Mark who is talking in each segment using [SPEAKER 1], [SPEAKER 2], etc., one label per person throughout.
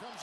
[SPEAKER 1] Comes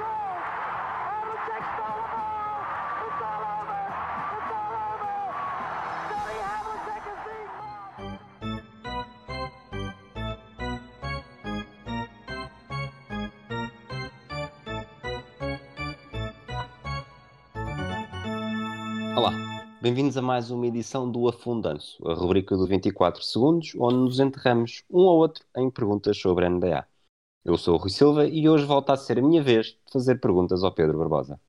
[SPEAKER 2] goes. Havlicek stole the ball. It's all over. It's all over. Johnny Havlicek is being mobbed.
[SPEAKER 3] Olá, bem-vindos a mais uma edição do Afundanço, a rubrica do 24 segundos, onde nos enterramos um ao outro em perguntas sobre a NBA. Eu sou o Rui Silva e hoje volta a ser a minha vez de fazer perguntas ao Pedro Barbosa.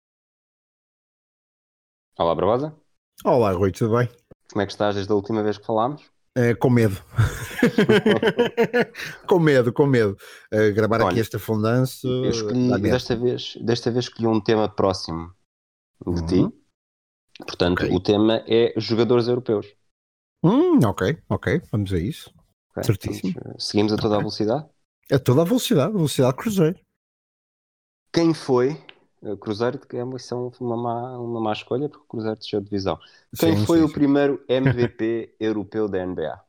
[SPEAKER 3] Olá, Barbosa.
[SPEAKER 4] Olá, Rui, tudo bem?
[SPEAKER 3] Como é que estás desde a última vez que falámos?
[SPEAKER 4] Eh, com medo. com medo, com medo. Eh, gravar aqui
[SPEAKER 3] Olha,
[SPEAKER 4] este afundanço.
[SPEAKER 3] Eu escolhi,
[SPEAKER 4] dá medo.
[SPEAKER 3] desta vez, desta vez escolhi um tema próximo de ti. Portanto,
[SPEAKER 4] Ok.
[SPEAKER 3] o tema é jogadores europeus.
[SPEAKER 4] Hum, ok, ok, vamos a isso.
[SPEAKER 3] ok?
[SPEAKER 4] Certíssimo.
[SPEAKER 3] Portanto, seguimos a toda a velocidade.
[SPEAKER 4] É toda a velocidade, velocidade cruzeiro.
[SPEAKER 3] Quem foi? eh, Cruzeiro, que é uma, são uma, má, uma má escolha, porque o Cruzeiro desceu de divisão. Quem
[SPEAKER 4] Sim,
[SPEAKER 3] foi
[SPEAKER 4] sim,
[SPEAKER 3] o
[SPEAKER 4] sim.
[SPEAKER 3] primeiro MVP europeu da NBA?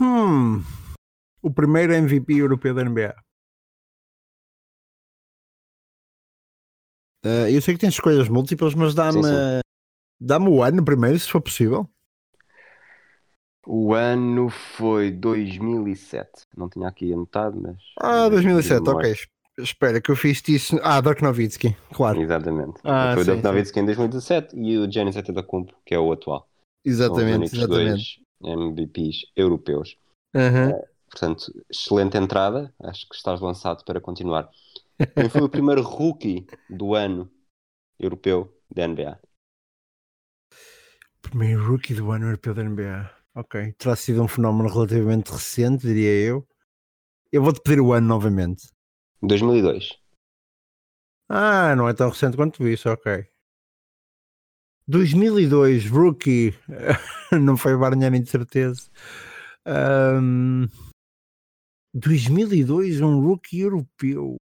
[SPEAKER 4] Hum, o primeiro MVP europeu da NBA. Eh, eu sei que tem escolhas múltiplas, mas dá-me
[SPEAKER 3] Sim,
[SPEAKER 4] dá-me o ano primeiro, se for possível.
[SPEAKER 3] O ano foi 2007. Não tinha aqui anotado, mas.
[SPEAKER 4] Ah, 2007,
[SPEAKER 3] Memória.
[SPEAKER 4] ok. Es- Espera, que eu fiz isso. Ah, Dirk Nowitzki, claro.
[SPEAKER 3] Exatamente.
[SPEAKER 4] Ah,
[SPEAKER 3] foi o
[SPEAKER 4] sim,
[SPEAKER 3] Dirk Nowitzki em 2017 e o Giannis Antetokounmpo, que é o atual. São os
[SPEAKER 4] Exatamente,
[SPEAKER 3] únicos
[SPEAKER 4] exatamente.
[SPEAKER 3] dois MVPs europeus.
[SPEAKER 4] Aham.
[SPEAKER 3] É. Portanto, excelente entrada. Acho que estás lançado para continuar. Quem foi o primeiro rookie do ano europeu da NBA?
[SPEAKER 4] Primeiro rookie do ano europeu da NBA. Ok. Terá sido um fenómeno relativamente recente, diria eu. Eu vou-te pedir o ano novamente.
[SPEAKER 3] 2002.
[SPEAKER 4] Ah, não é tão recente quanto isso, ok. 2002, rookie. não foi Barnani de certeza. Ahm, 2002, um rookie europeu.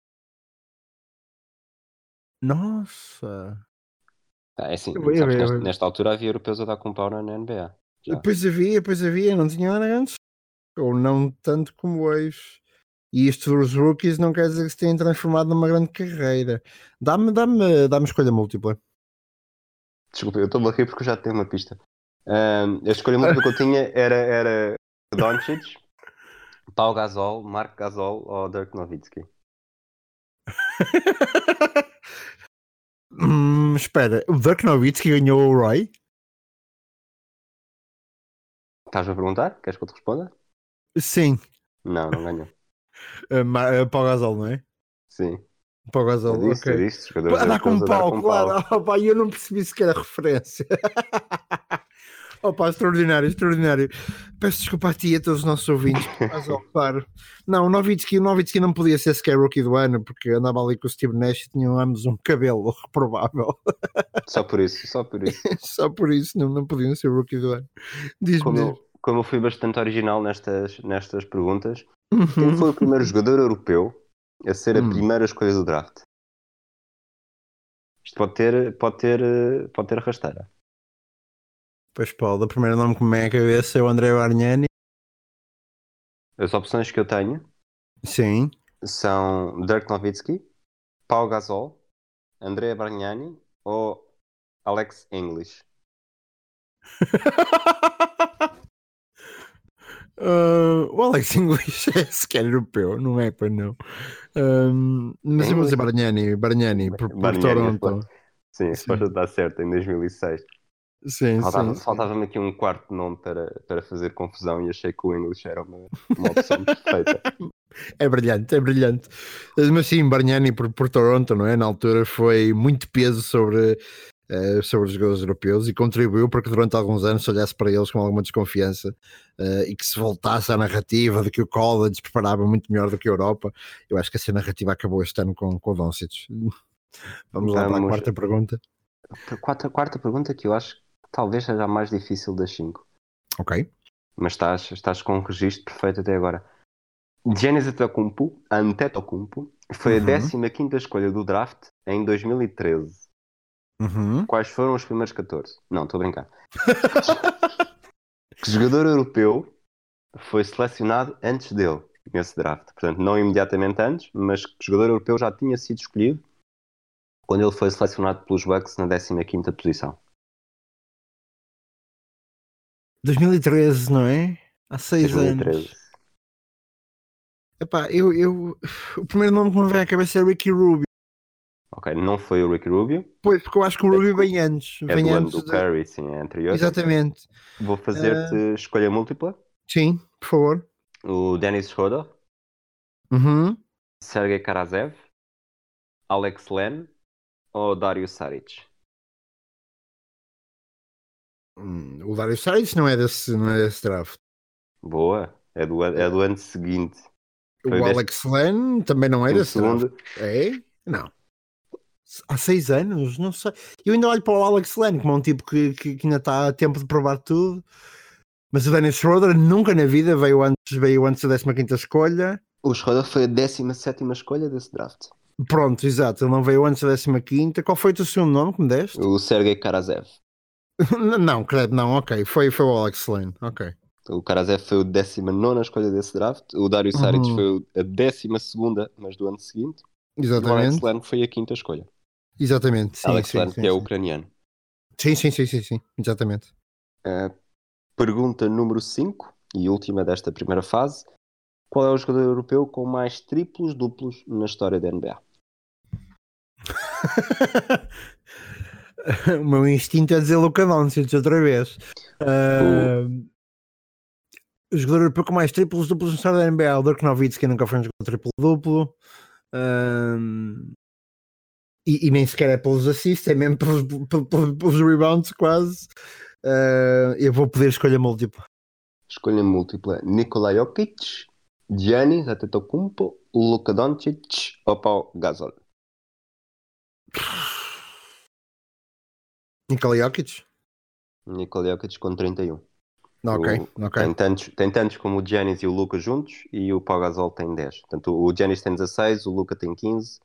[SPEAKER 4] Nossa.
[SPEAKER 3] Ah, é assim,
[SPEAKER 4] Eu vou- eu
[SPEAKER 3] sabes que
[SPEAKER 4] vou-
[SPEAKER 3] nesta,
[SPEAKER 4] eu vou-
[SPEAKER 3] nesta altura havia europeus a dar com um pau na na NBA. Já.
[SPEAKER 4] Depois havia, depois havia, não tinha nada antes. Ou não tanto como hoje. E isto os rookies não quer dizer que se tenham transformado numa grande carreira. Dá-me, dá-me, dá-me escolha múltipla.
[SPEAKER 3] Desculpa, eu estou a rir porque eu já tenho uma pista. Ahm, a escolha múltipla que eu tinha era, era Doncic, Pau Gasol, Marco Gasol ou Dirk Nowitzki.
[SPEAKER 4] Hum, espera, o Dirk Nowitzki ganhou o Roy?
[SPEAKER 3] Estás-me a perguntar? Queres que eu te responda?
[SPEAKER 4] Sim.
[SPEAKER 3] Não, não ganhou.
[SPEAKER 4] Uh, Ma- uh, Pau Gasol, não é?
[SPEAKER 3] Sim.
[SPEAKER 4] Pau
[SPEAKER 3] Eu
[SPEAKER 4] Gasol,
[SPEAKER 3] disse, eu
[SPEAKER 4] ok.
[SPEAKER 3] disse, os jogadores
[SPEAKER 4] Ah, dá com
[SPEAKER 3] europeus a dar
[SPEAKER 4] pau,
[SPEAKER 3] com pau.
[SPEAKER 4] claro. Opa, eu não percebi sequer a referência. Opa, extraordinário, extraordinário. Peço desculpa a ti e a todos os nossos ouvintes. por causa, claro. Não, o Novitsky, o Novitsky não podia ser sequer rookie do ano, porque andava ali com o Steve Nash e tinham ambos um cabelo reprovável.
[SPEAKER 3] Só por isso, só por isso.
[SPEAKER 4] Só por isso não, não podiam ser rookie do ano. Diz-me.
[SPEAKER 3] Como
[SPEAKER 4] Diz
[SPEAKER 3] eu, como eu fui bastante original nestas, nestas perguntas, quem
[SPEAKER 4] Uhum.
[SPEAKER 3] foi o primeiro jogador europeu a ser a
[SPEAKER 4] Hum.
[SPEAKER 3] primeira escolha do draft? Isto pode ter, pode ter, eh, pode ter rasteira.
[SPEAKER 4] Pois, Paulo, o primeiro nome que me vem à cabeça é o André Bargnani.
[SPEAKER 3] As opções que eu tenho
[SPEAKER 4] Sim.
[SPEAKER 3] são Dirk Nowitzki, Pau Gasol, Andrea Bargnani ou Alex English.
[SPEAKER 4] Ah, o Alex English é sequer europeu, não é para não. Ahm, mas eu vou dizer Bargnani, Bargnani, por, por
[SPEAKER 3] Bargnani,
[SPEAKER 4] Toronto.
[SPEAKER 3] claro. Sim, a
[SPEAKER 4] Sim.
[SPEAKER 3] resposta está certa, em 2006.
[SPEAKER 4] Sim,
[SPEAKER 3] Faltava-
[SPEAKER 4] sim.
[SPEAKER 3] Faltava-me aqui um quarto nome para, para fazer confusão e achei que o English era uma, uma opção perfeita.
[SPEAKER 4] É brilhante, é brilhante. Mas sim, Bargnani por, por Toronto, não é? Na altura foi muito peso sobre, eh, sobre os jogadores europeus e contribuiu para que durante alguns anos se olhasse para eles com alguma desconfiança eh, e que se voltasse à narrativa de que o college preparava muito melhor do que a Europa. Eu acho que essa narrativa acabou este ano com, com o Doncic. Vamos lá para a
[SPEAKER 3] Vamos.
[SPEAKER 4] quarta pergunta.
[SPEAKER 3] Quarta, quarta pergunta que eu acho que talvez seja a mais difícil das cinco.
[SPEAKER 4] Ok.
[SPEAKER 3] Mas estás, estás com um registro perfeito até agora. Giannis Antetokounmpo, Antetokounmpo foi
[SPEAKER 4] Uhum.
[SPEAKER 3] a 15 escolha do draft em 2013.
[SPEAKER 4] Uhum.
[SPEAKER 3] Quais foram os primeiros 14? Não, estou a brincar. que jogador europeu foi selecionado antes dele, nesse draft? Portanto, não imediatamente antes, mas que jogador europeu já tinha sido escolhido quando ele foi selecionado pelos Bucks na 15ª posição.
[SPEAKER 4] 2013, não é? Há seis anos.
[SPEAKER 3] 2013.
[SPEAKER 4] Epá, eu, eu... O primeiro nome que me vem à cabeça é Ricky Rubio.
[SPEAKER 3] Ok, não foi o Ricky Rubio,
[SPEAKER 4] Pois, porque eu acho que o Rubio vem antes.
[SPEAKER 3] é
[SPEAKER 4] vem
[SPEAKER 3] do ano
[SPEAKER 4] antes
[SPEAKER 3] do
[SPEAKER 4] de-
[SPEAKER 3] Curry, sim, é anterior.
[SPEAKER 4] Exatamente.
[SPEAKER 3] Vou fazer-te escolha múltipla.
[SPEAKER 4] Sim, por favor.
[SPEAKER 3] O Dennis Schroeder,
[SPEAKER 4] Uhum.
[SPEAKER 3] Sergei Karasev, Alex Len ou Dario Saric?
[SPEAKER 4] Hum, O Dario Saric não é desse, não é desse draft.
[SPEAKER 3] Boa, é do, an- é do ano seguinte.
[SPEAKER 4] O
[SPEAKER 3] Foi desse-
[SPEAKER 4] Alex Len também não é
[SPEAKER 3] No
[SPEAKER 4] desse draft.
[SPEAKER 3] segundo,
[SPEAKER 4] É? Não. Há seis anos? Não sei. Eu ainda olho para o Alex Len como um tipo que, que, que ainda está a tempo de provar tudo. Mas o Dennis Schroeder nunca na vida veio antes, veio antes da 15 escolha.
[SPEAKER 3] o Schroeder foi a 17 escolha desse draft.
[SPEAKER 4] Pronto, exato. Ele não veio antes da 15. Qual foi o teu segundo nome que me deste?
[SPEAKER 3] O Sergei Karasev.
[SPEAKER 4] não, credo, não. Ok. Foi, foi o Alex Len. Ok.
[SPEAKER 3] O Karasev foi a 19 escolha desse draft. O Dario Saric
[SPEAKER 4] Uhum.
[SPEAKER 3] foi a 12, mas do ano seguinte. E o Alex
[SPEAKER 4] Exatamente.
[SPEAKER 3] Len foi a quinta escolha.
[SPEAKER 4] Exatamente. Sim,
[SPEAKER 3] Alex
[SPEAKER 4] sim,
[SPEAKER 3] Len,
[SPEAKER 4] sim,
[SPEAKER 3] que é
[SPEAKER 4] sim.
[SPEAKER 3] ucraniano.
[SPEAKER 4] sim, sim, sim, sim, sim. Exatamente.
[SPEAKER 3] Uh, pergunta número 5 e última desta primeira fase: Qual é o jogador europeu com mais triplos duplos na história da NBA?
[SPEAKER 4] o meu instinto é dizer Luca Doncic outra vez. Ah, o jogador europeu com mais triplos duplos no história da NBA, o Dirk Nowitzki nunca foi um jogador triplo-duplo. Ah, e, e nem sequer é pelos assists, é mesmo pelos, pel- pel- pelos rebounds quase. Ah, eu vou poder escolha múltipla.
[SPEAKER 3] Escolha múltipla: Nikola Jokic, Giannis Antetokounmpo, Luka Doncic ou Pau Gasol?
[SPEAKER 4] Nikola Jokic?
[SPEAKER 3] Nikola Jokic com 31.
[SPEAKER 4] Não, ok, ok.
[SPEAKER 3] Tem, tantos, tem tantos como o Giannis e o Luka juntos e o Pau Gasol tem 10. Portanto, o Giannis tem 16, o Luka tem 15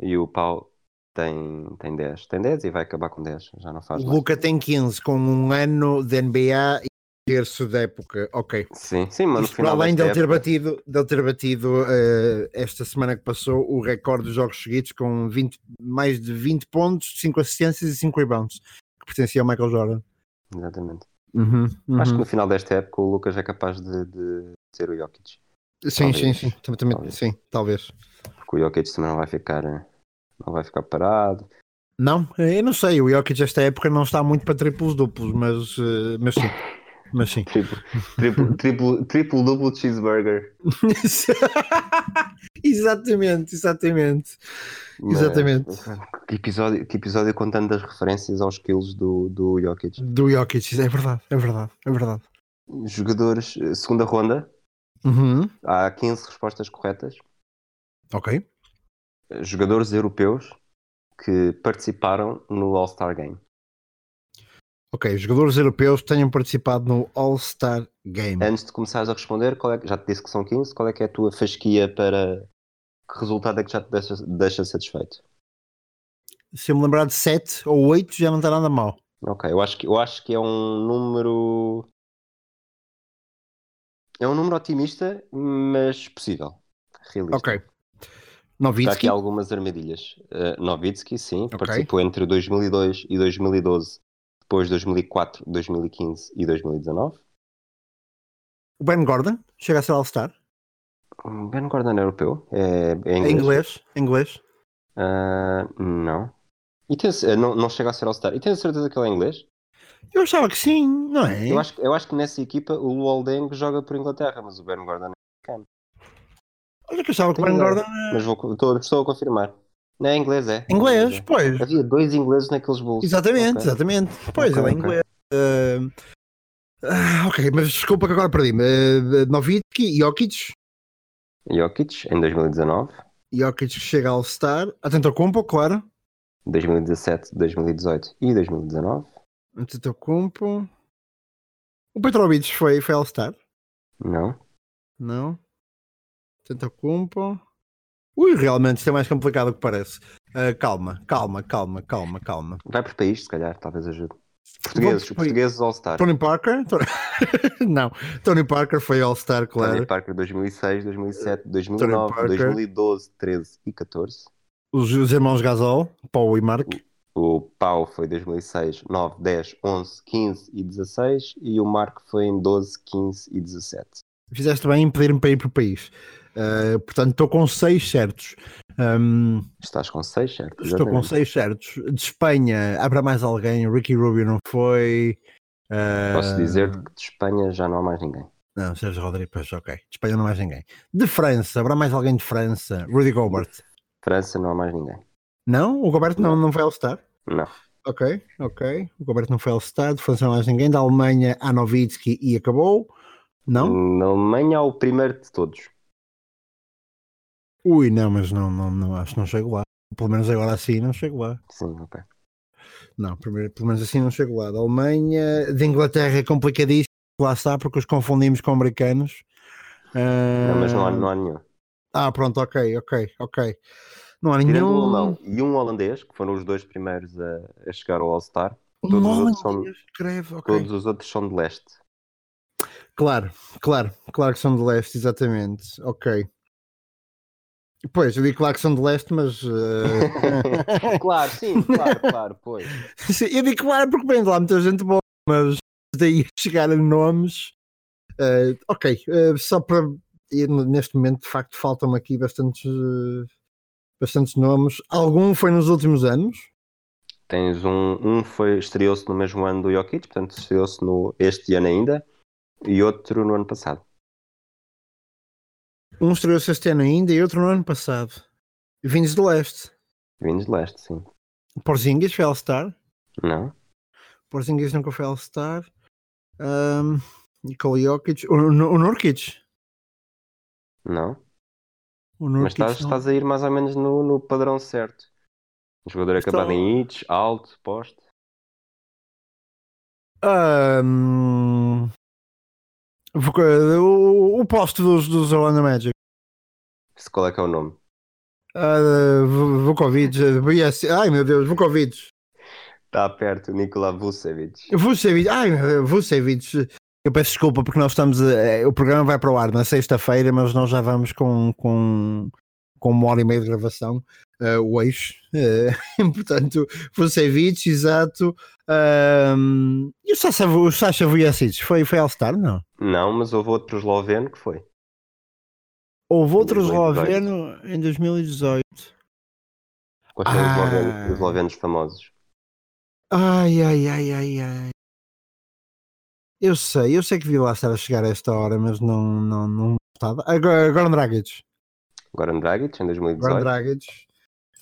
[SPEAKER 3] e o Pau tem, tem 10. Tem 10 e vai acabar com 10. Já não é? faz
[SPEAKER 4] O
[SPEAKER 3] mais.
[SPEAKER 4] Luca tem 15, com um ano de NBA e um terço da época. Ok.
[SPEAKER 3] Sim, sim, mas no
[SPEAKER 4] Isto para
[SPEAKER 3] final
[SPEAKER 4] além de
[SPEAKER 3] desta
[SPEAKER 4] ele ter
[SPEAKER 3] época-
[SPEAKER 4] batido, de ele ter batido eh, esta semana que passou o recorde de jogos seguidos com 20, mais de 20 pontos, 5 assistências e 5 rebounds, que pertencia ao Michael Jordan.
[SPEAKER 3] Exatamente. Acho que
[SPEAKER 4] Acho
[SPEAKER 3] no final desta época o Lucas é capaz de, de ser o Jokic.
[SPEAKER 4] que- Sim, sim,
[SPEAKER 3] talvez.
[SPEAKER 4] sim, Também- também-
[SPEAKER 3] Talvez.
[SPEAKER 4] sim, talvez.
[SPEAKER 3] Porque o Jokic também não vai ficar, eh, não vai ficar parado.
[SPEAKER 4] Não, eh, eu não sei, o Jokic esta época não está muito para triplos duplos, mas, eh, mas sim. Mas sim.
[SPEAKER 3] Triplo, triplo, triplo, triplo duplo cheeseburger.
[SPEAKER 4] exatamente, exatamente. Né?
[SPEAKER 3] Mas-
[SPEAKER 4] Exatamente.
[SPEAKER 3] Que episódio, que episódio com tantas referências aos skills do, do Jokic.
[SPEAKER 4] Do Jokic, é verdade, é verdade, é verdade.
[SPEAKER 3] Jogadores, eh, segunda ronda,
[SPEAKER 4] Uhum.
[SPEAKER 3] há 15 respostas corretas.
[SPEAKER 4] Ok.
[SPEAKER 3] Eh, Jogadores europeus que participaram no All-Star Game.
[SPEAKER 4] Ok, jogadores europeus que tenham participado no All-Star Game.
[SPEAKER 3] Antes de começares a responder, qual é que- já te disse que são 15, qual é que é a tua fasquia para que resultado é que já te deixa, deixa satisfeito?
[SPEAKER 4] Se eu me lembrar de 7 ou 8, já não está nada mal.
[SPEAKER 3] Ok, eu acho que, eu acho que é um número. É um número otimista, mas possível. Realista.
[SPEAKER 4] Ok.
[SPEAKER 3] Há aqui
[SPEAKER 4] Novitsky.
[SPEAKER 3] algumas armadilhas. Uh, Novitsky, sim,
[SPEAKER 4] Ok.
[SPEAKER 3] participou entre 2002 e 2012, depois 2004, 2015 e 2019.
[SPEAKER 4] O Ben Gordon chega a ser All-Star.
[SPEAKER 3] O Ben Gordon é europeu? É, é
[SPEAKER 4] Em
[SPEAKER 3] inglês?
[SPEAKER 4] inglês. Em inglês.
[SPEAKER 3] Ah, não. E tem- eh, não. Não chega a ser All-Star. E tenho certeza que ele é inglês?
[SPEAKER 4] Eu achava que sim, não é?
[SPEAKER 3] Eu, acho, eu acho que nessa equipa o Luol Deng joga por Inglaterra, mas o Ben Gordon
[SPEAKER 4] Olha que eu achava que o Ben
[SPEAKER 3] Tenho
[SPEAKER 4] Gordon
[SPEAKER 3] Mas vou, estou, estou a confirmar. Não é inglês, é?
[SPEAKER 4] é inglês, pois.
[SPEAKER 3] Havia dois ingleses naqueles bolsos.
[SPEAKER 4] Exatamente,
[SPEAKER 3] Ok.
[SPEAKER 4] exatamente. Pois,
[SPEAKER 3] Ok,
[SPEAKER 4] ele
[SPEAKER 3] ok.
[SPEAKER 4] é inglês. Ah, ah, ok, mas desculpa que agora perdi-me. Uh, Novitsky, Jokic.
[SPEAKER 3] Jokic, em 2019,
[SPEAKER 4] Jokic chega ao All-Star. Atentocumpo, claro.
[SPEAKER 3] 2017, 2018 e 2019.
[SPEAKER 4] Antetokounmpo. O Petrovic foi, foi All-Star?
[SPEAKER 3] Não.
[SPEAKER 4] Não. Tenta Cumpo. Ui, realmente isto é mais complicado do que parece. Ah, calma, calma, calma, calma, calma.
[SPEAKER 3] Vai por país, se calhar, talvez ajude. Portugueses,
[SPEAKER 4] por país.
[SPEAKER 3] portugueses All-Star.
[SPEAKER 4] Tony Parker? Tony- Não, Tony Parker foi All-Star,
[SPEAKER 3] Tony
[SPEAKER 4] claro.
[SPEAKER 3] Parker 2006, 2007, 2009,
[SPEAKER 4] Parker.
[SPEAKER 3] 2012, 13 e 14.
[SPEAKER 4] Os, os irmãos Gasol, Paul e Mark.
[SPEAKER 3] O Pau foi 2006, 9, 10, 11, 15 e 16. E o Marco foi em 12, 15 e 17.
[SPEAKER 4] Fizeste bem em pedir-me para ir para o país. Ah, portanto, estou com seis certos. Ahm,
[SPEAKER 3] Estás com 6, certo?
[SPEAKER 4] Estou com
[SPEAKER 3] Exatamente.
[SPEAKER 4] seis certos. De Espanha, há para mais alguém? Ricky Rubio não foi. Ah,
[SPEAKER 3] Posso dizer-te que de Espanha já não há mais ninguém.
[SPEAKER 4] Não, Sérgio Rodrigues, pois, ok. De Espanha não há mais ninguém. De França, haverá mais alguém de França? Rudy Gobert.
[SPEAKER 3] França não há mais ninguém.
[SPEAKER 4] Não? O Gobert não, não foi All-Star?
[SPEAKER 3] Não.
[SPEAKER 4] Ok, ok. O Gobert não foi All-Star. De França não há mais ninguém. Da Alemanha, há Nowitzki e acabou. Não?
[SPEAKER 3] Na Alemanha há o primeiro de todos.
[SPEAKER 4] Ui, não, mas não, não, não, acho que não chego lá. Pelo menos agora assim não chego lá.
[SPEAKER 3] Sim, ok.
[SPEAKER 4] Não, primeiro, pelo menos assim não chego lá. Da Alemanha, de Inglaterra é complicadíssimo, lá está, porque os confundimos com americanos. Ah,
[SPEAKER 3] Não, mas não há, não há nenhum.
[SPEAKER 4] Ah, pronto, ok, ok, ok. Não há
[SPEAKER 3] Tirando um
[SPEAKER 4] nenhum.
[SPEAKER 3] alemão e um holandês, que foram os dois primeiros a, a chegar ao All-Star,
[SPEAKER 4] Um
[SPEAKER 3] Todos os
[SPEAKER 4] nome
[SPEAKER 3] outros são-
[SPEAKER 4] que escreve, ok.
[SPEAKER 3] todos os outros são de leste.
[SPEAKER 4] Claro, claro, claro que são de leste, exatamente. Ok. Pois, eu digo claro que são de leste, mas. eh,
[SPEAKER 3] claro, sim, claro, claro, pois.
[SPEAKER 4] Sim, eu digo claro porque vem de lá muita gente boa, mas daí a chegar a nomes. eh, ok, eh, só para. e n- Neste momento, de facto, faltam aqui bastantes, eh, bastantes nomes. Algum foi nos últimos anos?
[SPEAKER 3] Tens um, um foi estreou-se no mesmo ano do Jokic, portanto estreou-se no este ano ainda, e outro no ano passado.
[SPEAKER 4] Um estreou-se este ano ainda e outro no ano passado. Vindos de leste.
[SPEAKER 3] Vindos de leste, sim.
[SPEAKER 4] Porzingis foi All-Star.
[SPEAKER 3] Não?
[SPEAKER 4] Porzingis nunca foi All-Star. Um, Nikola Jokic. O, o, o Nurkic.
[SPEAKER 3] Não?
[SPEAKER 4] O
[SPEAKER 3] Mas
[SPEAKER 4] Nurkic
[SPEAKER 3] estás,
[SPEAKER 4] não-
[SPEAKER 3] estás a ir mais ou menos no, no padrão certo. Um jogador
[SPEAKER 4] Estou-
[SPEAKER 3] acabado em hits, alto, poste.
[SPEAKER 4] Ahm, vou co- o, o posto dos, dos Orlando Magic.
[SPEAKER 3] Se- Qual é que é o nome?
[SPEAKER 4] Ah, V- Vukovic. eh, VS Ai meu Deus, Vukovic.
[SPEAKER 3] Está perto, Nikola Vucevic.
[SPEAKER 4] Vucevic. Ai meu Deus, Vucevic. Eu peço desculpa porque nós estamos. a- eh, o programa vai para o ar na sexta-feira, mas nós já vamos com, com, com uma hora e meia de gravação. eh, o eixo. eh, portanto, Vucevic, exato. ahm, e o Sasha, o Sasha Vujacic? Foi, foi All-Star? Não.
[SPEAKER 3] Não, mas houve outro esloveno que foi.
[SPEAKER 4] Houve outros
[SPEAKER 3] 2018.
[SPEAKER 4] governo em 2018.
[SPEAKER 3] Quais são os
[SPEAKER 4] Ah.
[SPEAKER 3] eslovenos- os eslovenos famosos?
[SPEAKER 4] Ai, ai, ai, ai, ai. Eu sei, eu sei que vi lá estar a chegar a esta hora, mas não, não, não estava. Agora, Goran Dragic.
[SPEAKER 3] Goran Dragic, em
[SPEAKER 4] Goran
[SPEAKER 3] 2018.
[SPEAKER 4] Dragic.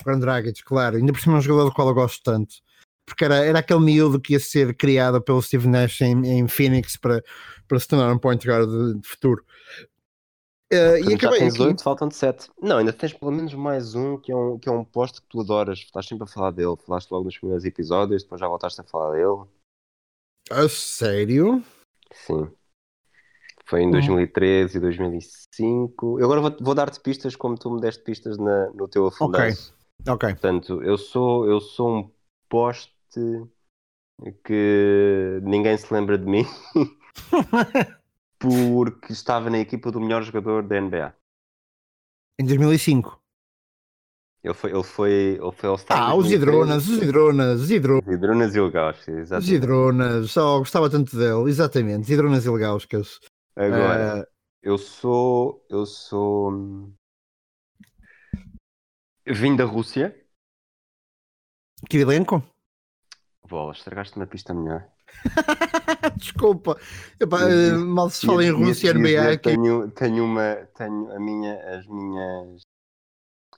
[SPEAKER 4] Goran Dragic, claro. Ainda por cima é um jogador do qual eu gosto tanto. Porque era, era aquele miúdo que ia ser criado pelo Steve Nash em, em Phoenix para, para se tornar um point guard de, de futuro. Eh, e
[SPEAKER 3] Portanto, já
[SPEAKER 4] acabei
[SPEAKER 3] tens
[SPEAKER 4] aqui.
[SPEAKER 3] oito, faltam de sete. Não, ainda tens pelo menos mais um que é um, que é um poste que tu adoras. Estás sempre a falar dele. Falaste logo nos primeiros episódios, depois já voltaste a falar dele.
[SPEAKER 4] A sério?
[SPEAKER 3] Sim.
[SPEAKER 4] Hum.
[SPEAKER 3] Foi em 2013 e 2005. Eu agora vou, vou dar-te pistas como tu me deste pistas na- no teu afundanço.
[SPEAKER 4] Ok.
[SPEAKER 3] Portanto, eu sou, eu sou um poste que ninguém se lembra de mim porque estava na equipa do melhor jogador da NBA.
[SPEAKER 4] em 2005.
[SPEAKER 3] Ele foi, ele foi, ele foi All-Star.
[SPEAKER 4] Ah,
[SPEAKER 3] Tá, em
[SPEAKER 4] os
[SPEAKER 3] 2013.
[SPEAKER 4] hidronas, os hidronas, os hidronas.
[SPEAKER 3] Os Hidronas e o Gauss,
[SPEAKER 4] Os
[SPEAKER 3] exatamente.
[SPEAKER 4] hidronas, só gostava tanto dele, exatamente, hidronas ilegauscas.
[SPEAKER 3] Agora,
[SPEAKER 4] Ah,
[SPEAKER 3] eu sou. Eu sou. hum, Vim da Rússia.
[SPEAKER 4] Ah, Kirilenko?
[SPEAKER 3] Bola, estragaste uma pista melhor.
[SPEAKER 4] Desculpa, Epá, eh, mal se fala em
[SPEAKER 3] Ia- ia-
[SPEAKER 4] Rússia e
[SPEAKER 3] ia dizer,
[SPEAKER 4] NBA. que-
[SPEAKER 3] Tenho, tenho uma. Tenho a minha, as minhas.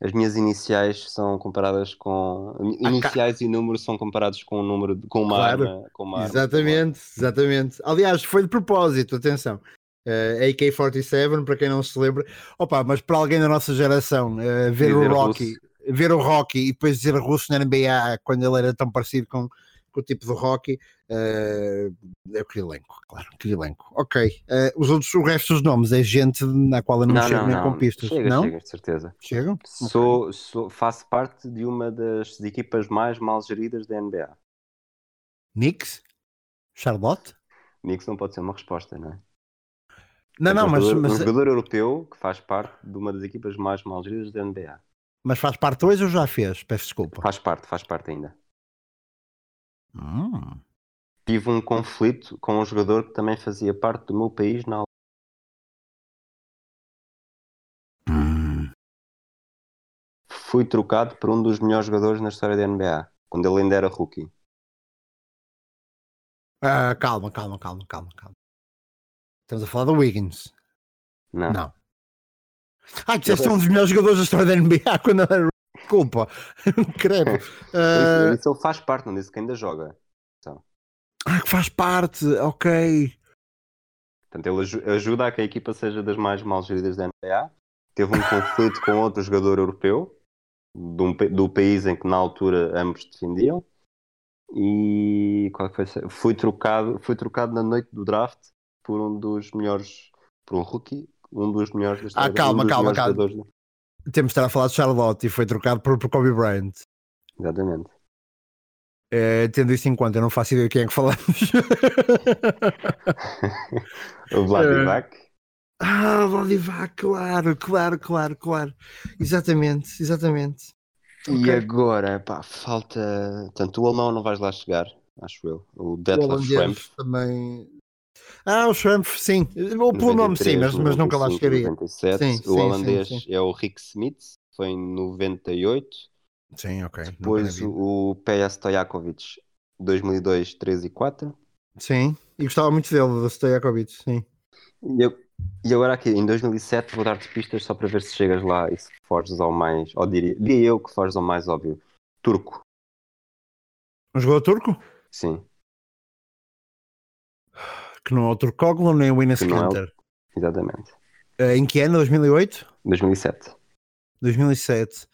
[SPEAKER 3] As minhas iniciais são comparadas
[SPEAKER 4] Ah,
[SPEAKER 3] com. Iniciais e números são comparados com um número de- com uma
[SPEAKER 4] Claro.
[SPEAKER 3] arma. Com uma arma.
[SPEAKER 4] Exatamente, exatamente. Aliás, foi de propósito, atenção. Eh, AK-47, para quem não se lembra, opa, mas para alguém da nossa geração, eh, ver
[SPEAKER 3] Dizer
[SPEAKER 4] o Rocky, ver o Rocky e depois dizer russo na NBA quando ele era tão parecido com, com o tipo do hockey. eh, é o que elenco, claro, que elenco. Ok. eh, os outros, o resto dos nomes é gente na qual eu não, chego nem com pistas.
[SPEAKER 3] Chega,
[SPEAKER 4] não?
[SPEAKER 3] chega, de certeza.
[SPEAKER 4] Chegam?
[SPEAKER 3] Sou, sou- faço parte de uma das equipas mais mal geridas da NBA.
[SPEAKER 4] Knicks? Charlotte?
[SPEAKER 3] Knicks não pode ser uma resposta, não é?
[SPEAKER 4] Não,
[SPEAKER 3] Portanto,
[SPEAKER 4] não,
[SPEAKER 3] um
[SPEAKER 4] mas,
[SPEAKER 3] jogador, Um
[SPEAKER 4] mas,
[SPEAKER 3] jogador europeu que faz parte de uma das equipas mais mal geridas da NBA.
[SPEAKER 4] mas faz parte hoje ou já fez? Peço desculpa.
[SPEAKER 3] Faz parte, faz parte ainda.
[SPEAKER 4] Hum.
[SPEAKER 3] Tive um conflito com um jogador que também fazia parte do meu país na
[SPEAKER 4] Hum.
[SPEAKER 3] fui trocado por um dos melhores jogadores na história da NBA, quando ele ainda era rookie.
[SPEAKER 4] Ah, calma, calma, calma, calma, calma. Estamos a falar do Wiggins.
[SPEAKER 3] Não.
[SPEAKER 4] Não. Ah, tu disseste um dos melhores jogadores da história da NBA quando eu era. Desculpa. Credo.
[SPEAKER 3] Ele
[SPEAKER 4] Ah,
[SPEAKER 3] disse ele faz parte, não disse que ainda joga.
[SPEAKER 4] ah, que faz parte. Ok.
[SPEAKER 3] Portanto, ele aju- ajuda a que a equipa seja das mais mal geridas da NBA. Teve um conflito com outro jogador europeu, de um pa- do país em que na altura ambos defendiam. E qual é que foi? essa- Fui trocado, fui trocado na noite do draft por um dos melhores, por um rookie, um dos melhores da história.
[SPEAKER 4] Ah, calma,
[SPEAKER 3] um dos
[SPEAKER 4] calma,
[SPEAKER 3] melhores
[SPEAKER 4] calma.
[SPEAKER 3] jogadores da-
[SPEAKER 4] Temos de estar a falar de Charlotte e foi trocado por, por Kobe Bryant.
[SPEAKER 3] Exatamente.
[SPEAKER 4] Eh, tendo isso em conta, eu não faço ideia de quem é que falamos.
[SPEAKER 3] O Vladivac.
[SPEAKER 4] ah, Vladivac, claro, claro, claro, claro. Exatamente, exatamente.
[SPEAKER 3] E
[SPEAKER 4] Ok.
[SPEAKER 3] agora, pá, falta. Portanto, o alemão não vais lá chegar, acho eu. O
[SPEAKER 4] O
[SPEAKER 3] Detlef Schrempf.
[SPEAKER 4] holandês também. Ah, o Schwemp, sim. Ou pelo nome, sim, mas, mas nunca lá
[SPEAKER 3] 95,
[SPEAKER 4] chegaria.
[SPEAKER 3] 97.
[SPEAKER 4] Sim, sim,
[SPEAKER 3] o holandês
[SPEAKER 4] sim,
[SPEAKER 3] é o Rick Smith, foi em 98.
[SPEAKER 4] Sim, ok. nunca
[SPEAKER 3] Depois
[SPEAKER 4] na vida.
[SPEAKER 3] o Peja Stojakovic, 2002, 3 e 4.
[SPEAKER 4] Sim, e gostava muito dele, do Stojakovic, sim.
[SPEAKER 3] E, eu- e agora aqui, em 2007, vou dar-te pistas só para ver se chegas lá e se foges ao mais. Ou diria, diria eu que foges ao mais óbvio. Turco,
[SPEAKER 4] Um jogador turco?
[SPEAKER 3] sim,
[SPEAKER 4] Que não é o Turcoglu nem o Inas
[SPEAKER 3] Que não é o-
[SPEAKER 4] Kanter.
[SPEAKER 3] exatamente.
[SPEAKER 4] Eh, Em que ano? 2008?
[SPEAKER 3] 2007.
[SPEAKER 4] 2007.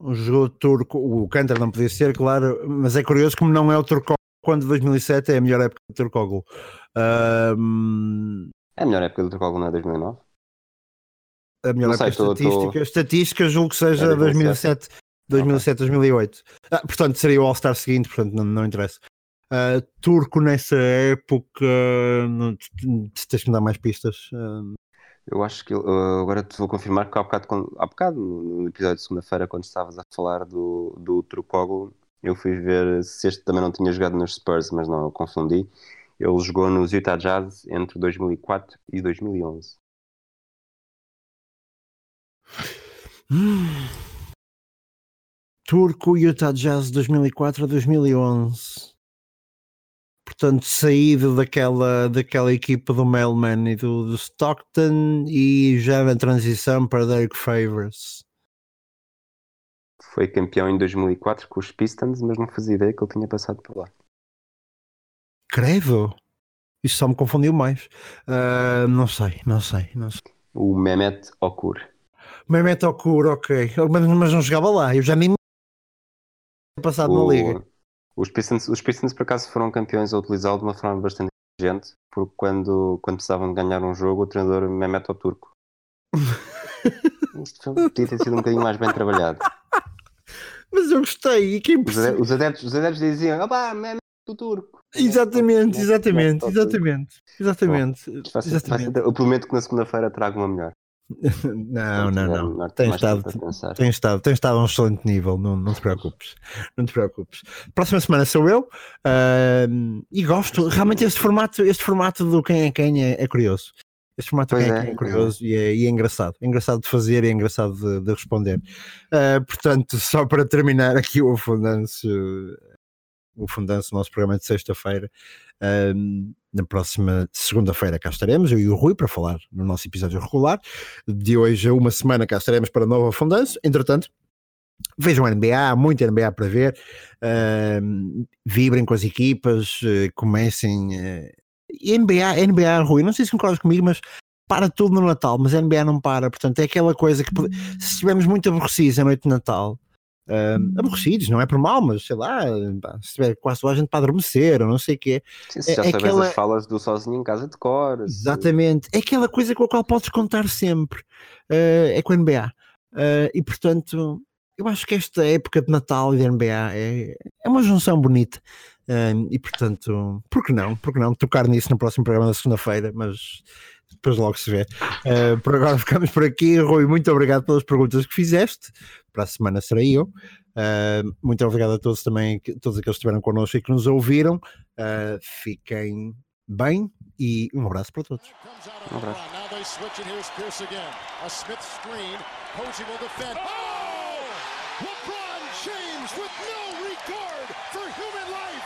[SPEAKER 4] Um jogador turco, o Kanter não podia ser, claro, mas é curioso como não é o Turcoglu, quando 2007 é a melhor época do Turcoglu. Ahm,
[SPEAKER 3] É a melhor época do Turco não é 2009?
[SPEAKER 4] a melhor
[SPEAKER 3] Não sei,
[SPEAKER 4] época
[SPEAKER 3] tô-
[SPEAKER 4] estatística, estatística julgo que seja
[SPEAKER 3] É
[SPEAKER 4] 2007,
[SPEAKER 3] 2007.
[SPEAKER 4] 2007, 2008. Ah, portanto, seria o All-Star seguinte, portanto, não, não interessa. Ah, turco nessa época, não, t- t- tens que me dar mais pistas. Ah,
[SPEAKER 3] Eu acho que ele- uh, agora te vou confirmar que há bocado, quando- há bocado no no episódio de segunda-feira, quando estavas a falar do, do Trucoglu, eu fui ver se este também não tinha jogado nos Spurs, mas não, eu confundi. Ele jogou nos Utah Jazz entre 2004 e 2011.
[SPEAKER 4] hum. Turco Utah Jazz 2004 a 2011. Portanto, saído daquela, daquela equipa do Mailman e do, do Stockton e já na transição para Derek Favors.
[SPEAKER 3] Foi campeão em 2004 com os Pistons, mas não fazia ideia que ele tinha passado por lá.
[SPEAKER 4] Credo! Isso só me confundiu mais. Ah, não sei, não sei, não sei.
[SPEAKER 3] O Mehmet Okur.
[SPEAKER 4] Mehmet Okur, ok. Mas, mas não jogava lá, eu já nem me tinha passado
[SPEAKER 3] O-
[SPEAKER 4] na liga.
[SPEAKER 3] Os Pistons, os Pistons, por acaso, foram campeões a utilizá-lo de uma forma bastante inteligente, porque quando, quando precisavam de ganhar um jogo, o treinador Mehmet ao turco. Isto foi- podia ter sido um bocadinho mais bem trabalhado.
[SPEAKER 4] Mas eu gostei, e quem
[SPEAKER 3] Os
[SPEAKER 4] percebe?
[SPEAKER 3] ade- os adeptos, os adeptos diziam: opá, Mehmet ao turco. um
[SPEAKER 4] Exatamente, exatamente,
[SPEAKER 3] Mehmet ao turco.
[SPEAKER 4] exatamente, exatamente.
[SPEAKER 3] Faça-
[SPEAKER 4] exatamente.
[SPEAKER 3] faça- Eu prometo que na segunda-feira trago uma melhor.
[SPEAKER 4] Não,
[SPEAKER 3] Portanto,
[SPEAKER 4] não,
[SPEAKER 3] é
[SPEAKER 4] não.
[SPEAKER 3] melhor ter
[SPEAKER 4] Tem
[SPEAKER 3] mais tempo
[SPEAKER 4] estado,
[SPEAKER 3] para pensar.
[SPEAKER 4] tem estado, tem estado a um excelente nível, não, não te preocupes. Não te preocupes. Próxima semana sou eu ahm, e gosto.
[SPEAKER 3] é
[SPEAKER 4] Realmente este formato, este formato do quem é quem é, é curioso. Este formato do
[SPEAKER 3] Pois
[SPEAKER 4] quem é,
[SPEAKER 3] é,
[SPEAKER 4] quem é
[SPEAKER 3] pois é.
[SPEAKER 4] curioso e é, e é engraçado. É engraçado de fazer e é engraçado de, de responder. Ah, portanto, só para terminar aqui o afundance, o afundance do nosso programa de sexta-feira. ahm, na próxima segunda-feira cá estaremos, eu e o Rui, para falar no nosso episódio regular de hoje a uma semana cá estaremos para Nova Fundança. Entretanto, vejam a NBA, há muita NBA para ver. Ahm, vibrem com as equipas, eh, comecem. eh, e NBA, NBA, Rui, é não sei se concordas comigo, mas para tudo no Natal, mas a NBA não para. Portanto, é aquela coisa que pode- se estivermos muito aborrecidos a noite de Natal. ah, aborrecidos, não é por mal, mas sei lá, eh, pá, se tiver quase toda a gente para adormecer ou não sei o quê.
[SPEAKER 3] Sim, se
[SPEAKER 4] É
[SPEAKER 3] já sabes
[SPEAKER 4] aquela-
[SPEAKER 3] as falas do sozinho em casa de cor. se-
[SPEAKER 4] Exatamente, é aquela coisa com a qual podes contar sempre, ah, é com a NBA. Ah, e portanto, eu acho que esta época de Natal e da NBA é, é uma junção bonita. Ah, e portanto, por que não? Por que não tocar nisso no próximo programa da segunda-feira? Mas depois logo se vê. Ah, por agora ficamos por aqui. Rui, muito obrigado pelas perguntas que fizeste. Para a semana serei eu. Ah, muito obrigado a todos também, que- todos aqueles que estiveram connosco e que nos ouviram. Ah, fiquem bem e um abraço para todos.
[SPEAKER 1] Comes out on
[SPEAKER 3] Okay.
[SPEAKER 1] LeBron. Now they switch, and here's Pierce again. A Smith screen. Posey will defend. Oh! LeBron James with no regard for human life.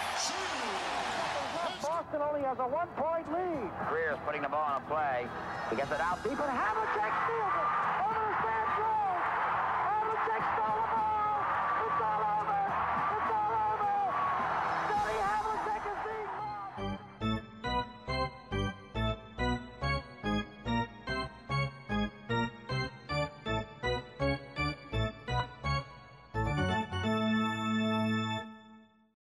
[SPEAKER 5] Boston only has a one-point lead.
[SPEAKER 2] Greer's putting the ball on a play. He gets it out deep, and Havlicek steals it.